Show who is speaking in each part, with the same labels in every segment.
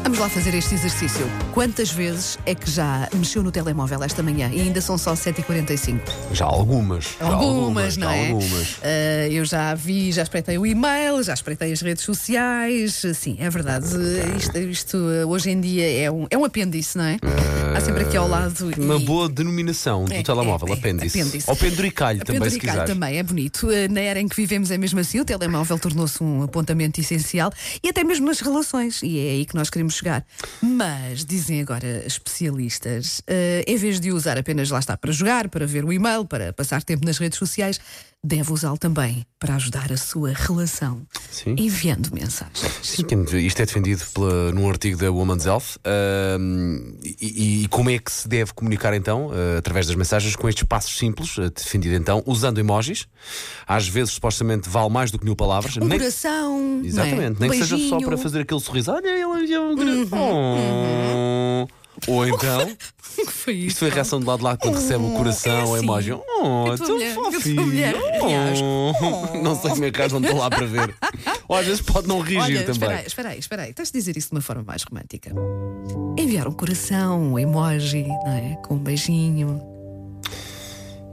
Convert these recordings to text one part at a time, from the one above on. Speaker 1: Vamos lá fazer este exercício. Quantas vezes é que já mexeu no telemóvel esta manhã e ainda são só 7h45?
Speaker 2: Já algumas. já
Speaker 1: Algumas,
Speaker 2: já
Speaker 1: não é?
Speaker 2: Algumas.
Speaker 1: Ah, eu já vi, já espreitei o e-mail, já espreitei as redes sociais. Sim, é verdade. Ah, Isto, isto, ah, hoje em dia é um, é um apêndice, não é? Há sempre aqui ao lado.
Speaker 2: Ah, Uma
Speaker 1: e-
Speaker 2: boa denominação do
Speaker 1: É,
Speaker 2: telemóvel,
Speaker 1: é, é,
Speaker 2: apêndice.
Speaker 1: apêndice.
Speaker 2: Ou penduricalho também, se
Speaker 1: Penduricalho
Speaker 2: quiser.
Speaker 1: também, é bonito. Eh, Na era em que vivemos é mesmo assim, o telemóvel tornou-se um apontamento essencial e até mesmo nas relações, e é aí que nós queremos chegar. Mas, dizem agora especialistas, eh, em vez de usar apenas lá está para jogar, para ver o e-mail, para passar tempo nas redes sociais, deve usá-lo também para ajudar a sua relação,
Speaker 2: Sim.
Speaker 1: enviando mensagens.
Speaker 2: Sim, tem- isto é defendido pela, num artigo da Woman's Health. ahm, e, e como é que se deve comunicar então? ah, através das mensagens, com estes passos simples, ah, defendido então, usando emojis. Às vezes, supostamente, vale mais do que mil palavras.
Speaker 1: Um
Speaker 2: Nem-
Speaker 1: coração, não é?
Speaker 2: Exatamente, nem
Speaker 1: um
Speaker 2: que seja só
Speaker 1: beijinho. Uhum.
Speaker 2: para fazer aquele sorriso. Olha, ele enviou um grande. Ou então,
Speaker 1: O que foi
Speaker 2: isto foi a
Speaker 1: Paulo?
Speaker 2: reação do lado de lá quando recebe o
Speaker 1: Oh,
Speaker 2: coração,
Speaker 1: é
Speaker 2: o
Speaker 1: assim.
Speaker 2: emoji. Oh,
Speaker 1: Eu sou
Speaker 2: tão
Speaker 1: mulher, eu sou
Speaker 2: fofinho.
Speaker 1: mulher, reage.
Speaker 2: Oh. Não sei como é que reage, não estou lá para ver. Ou às vezes pode não reagir
Speaker 1: Olha,
Speaker 2: também.
Speaker 1: espera aí, espera aí, espera aí. Tens de dizer isso de uma forma mais romântica. Enviar um coração, um emoji, não é? Com um beijinho.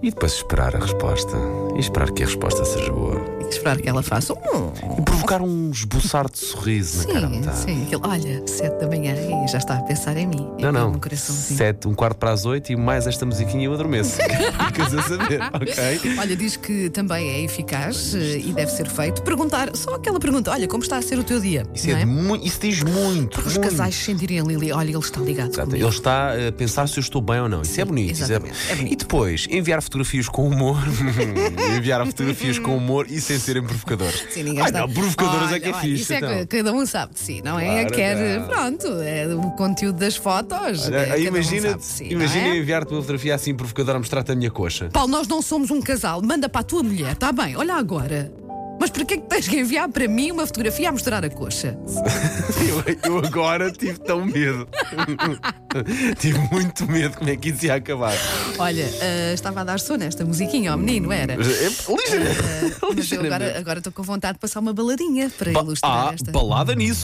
Speaker 2: E depois esperar a resposta. E esperar que a resposta seja boa.
Speaker 1: E esperar que ela faça. um.
Speaker 2: E provocar um esboçar de sorriso na cara
Speaker 1: sim,
Speaker 2: metade.
Speaker 1: sim. Aquele, olha, sete da manhã e já está a pensar em mim.
Speaker 2: Não,
Speaker 1: Então,
Speaker 2: não.
Speaker 1: Um coraçãozinho.
Speaker 2: Sete, um quarto para as oito e mais esta musiquinha eu adormeço. Ficas a saber, ok?
Speaker 1: Olha, diz que também é eficaz eh, e deve ser feito. Perguntar, só aquela pergunta: olha, como está a ser o teu dia?
Speaker 2: Isso,
Speaker 1: não
Speaker 2: é
Speaker 1: é?
Speaker 2: de mui- isso diz muito.
Speaker 1: Porque os
Speaker 2: muito.
Speaker 1: casais sentirem ali, ali, olha, ele está ligado.
Speaker 2: Exato.
Speaker 1: comigo.
Speaker 2: Ele está a pensar se eu estou bem ou não. Isso é bonito. isso
Speaker 1: exatamente. É bonito.
Speaker 2: E depois, enviar fotografias com humor. enviar fotografias com humor e sem serem provocadores.
Speaker 1: Sim, ninguém
Speaker 2: ah,
Speaker 1: está-
Speaker 2: não, provocadores é
Speaker 1: Olha,
Speaker 2: que é
Speaker 1: olha,
Speaker 2: fixe.
Speaker 1: Isso é
Speaker 2: então.
Speaker 1: que cada um sabe de si, não é?
Speaker 2: Claro,
Speaker 1: Quer,
Speaker 2: não.
Speaker 1: pronto, é o conteúdo das fotos.
Speaker 2: Olha,
Speaker 1: é,
Speaker 2: aí
Speaker 1: cada um
Speaker 2: imagina
Speaker 1: sabe de si, não
Speaker 2: imagina
Speaker 1: é?
Speaker 2: enviar-te uma fotografia assim provocadora a mostrar-te a minha coxa.
Speaker 1: Paulo, nós não somos um casal, manda para a tua mulher, está bem, olha agora. Mas porquê que tens que enviar para mim uma fotografia a mostrar a coxa?
Speaker 2: Eu, eu agora tive tão medo. tive muito medo como é que isso ia acabar. É,
Speaker 1: Olha, ah, estava a dar sono esta musiquinha ao menino, era.
Speaker 2: Mas é- Ligeira.
Speaker 1: Mas eu
Speaker 2: ligeiramente.
Speaker 1: agora agora estou com vontade de passar uma baladinha para
Speaker 2: Ba-
Speaker 1: ilustrar
Speaker 2: Ah,
Speaker 1: esta.
Speaker 2: balada nisso.